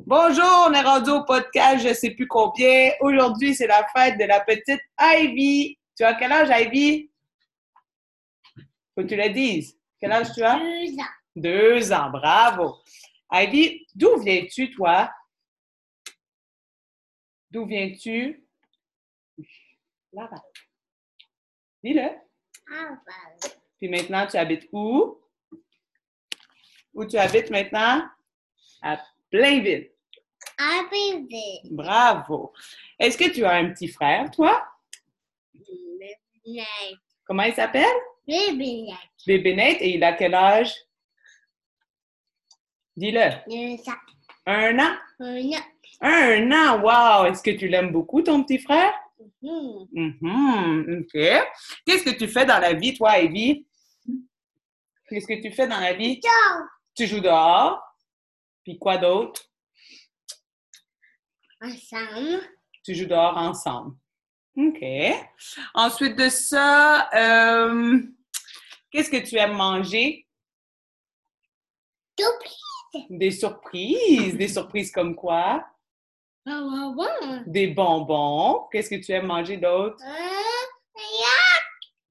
Bonjour, on est rendu au podcast, je sais plus combien. Aujourd'hui, c'est la fête de la petite Ivy. Tu as quel âge, Ivy? Faut que tu le dises. Quel âge tu as? Deux ans. Deux ans, bravo. Ivy, d'où viens-tu, toi? D'où viens-tu? Laval. Dis-le. Ah, bah, Puis maintenant, tu habites où? Où tu habites maintenant? À Plainville. un bébé. Bravo. Est-ce que tu as un petit frère, toi? Bébé. Comment il s'appelle? Bébé. Bébé Nate. Et il a quel âge? Dis-le. Deux ans. Un an. Un an. Un an. Wow. Est-ce que tu l'aimes beaucoup, ton petit frère? Mhm. Mhm, OK. Qu'est-ce que tu fais dans la vie, toi, Evie? Qu'est-ce que tu fais dans la vie? Ciao. Tu joues dehors. Puis quoi d'autre? Ensemble. Tu joues dehors ensemble. OK. Ensuite de ça, euh, qu'est-ce que tu aimes manger? Tout petit. Des surprises. Des surprises comme quoi? Ah, ouais, ouais. Des bonbons. Qu'est-ce que tu aimes manger d'autre? Ah,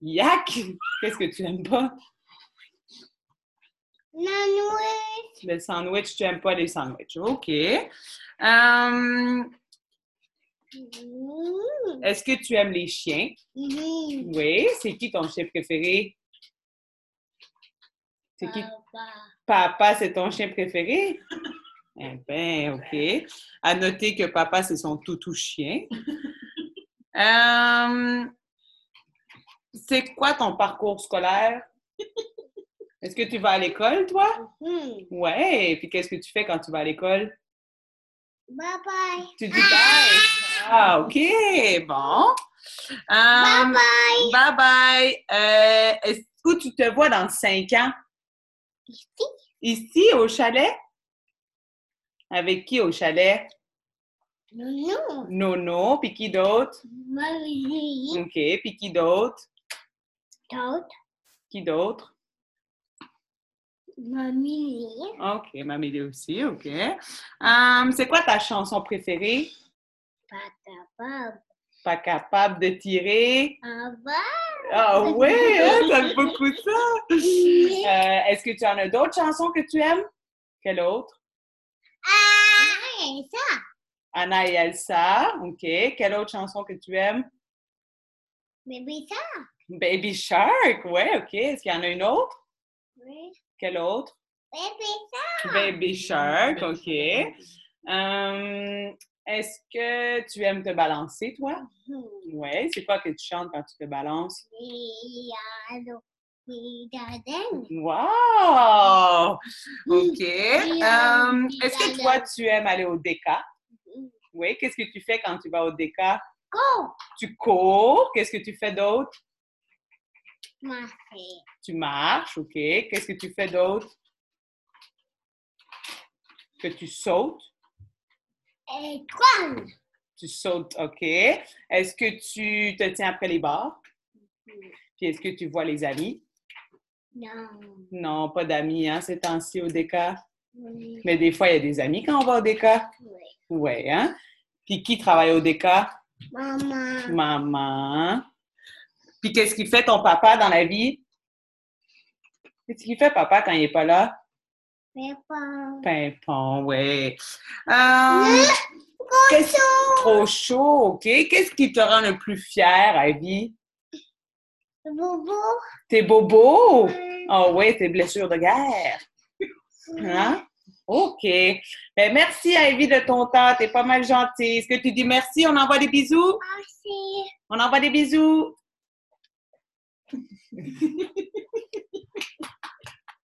Yak! Qu'est-ce que tu aimes pas? nanoué. Le sandwich, tu aimes pas les sandwichs. OK. Euh, Mhm. Est-ce que tu aimes les chiens? Mhm. Oui. C'est qui ton chien préféré? C'est qui? Ah, bah. Papa, c'est ton chien préféré? Eh bien, OK. À noter que papa, c'est son toutou chien. Euh, c'est quoi ton parcours scolaire? Est-ce que tu vas à l'école, toi? Mhm. Ouais. Puis qu'est-ce que tu fais quand tu vas à l'école? Bye bye. Tu dis bye. Ah, OK. Bon. Bye Euh, bye. bye bye. Euh, Est-ce que tu te vois dans cinq ans? Ici. Ici, au chalet? Avec qui au chalet? Nounou. Nono, puis qui d'autre? Marie. OK, puis qui d'autre? D'autres. Qui d'autre? Mamie. OK, Mamélie aussi, OK. Hum, c'est quoi ta chanson préférée? Pas capable. Pas capable de tirer? Au revoir. Ah ouais, hein, j'aime beaucoup ça! Euh, Est-ce que tu en as d'autres chansons que tu aimes? Quelle autre? Ah, ça. Anna et Elsa, OK. Quelle autre chanson que tu aimes? Bébé, ça. Baby Shark, ouais, OK. Est-ce qu'il y en a une autre? Oui. Quelle autre? Bébé, ça. Baby Shark, OK. Hum, Est-ce que tu aimes te balancer, toi? Hmm. Oui, c'est quoi que tu chantes quand tu te balances? Et alors, et Darden. Wow! OK. Hum, Hum, Est-ce que toi, tu aimes aller au DECA? Oui, qu'est-ce que tu fais quand tu vas au DECA? Go. Tu cours. Qu'est-ce que tu fais d'autre? Ma fille. Tu marches, OK. Qu'est-ce que tu fais d'autre? Que tu sautes. Et toi. Tu sautes, OK. Est-ce que tu te tiens après les barres? Puis est-ce que tu vois les amis? Non. Non, pas d'amis, hein, ces temps-ci au DECA. Oui. Mais des fois, il y a des amis quand on va au DECA. Oui. Oui, hein? Puis qui travaille au DECA? Maman. Maman. Puis qu'est-ce qu'il fait ton papa dans la vie? Qu'est-ce qu'il fait papa quand il n'est pas là? Pépin. Pimpon, ouais. Euh, qu'est-ce- Trop chaud, OK. Qu'est-ce qui te rend le plus fier à vie? Bobo. Tes bobos? Hmm. Oh oui, tes blessures de guerre. Hein? OK. Ben, merci, Ivy, de ton temps. T'es pas mal gentille. Est-ce que tu dis merci? On envoie des bisous? Merci. On envoie des bisous.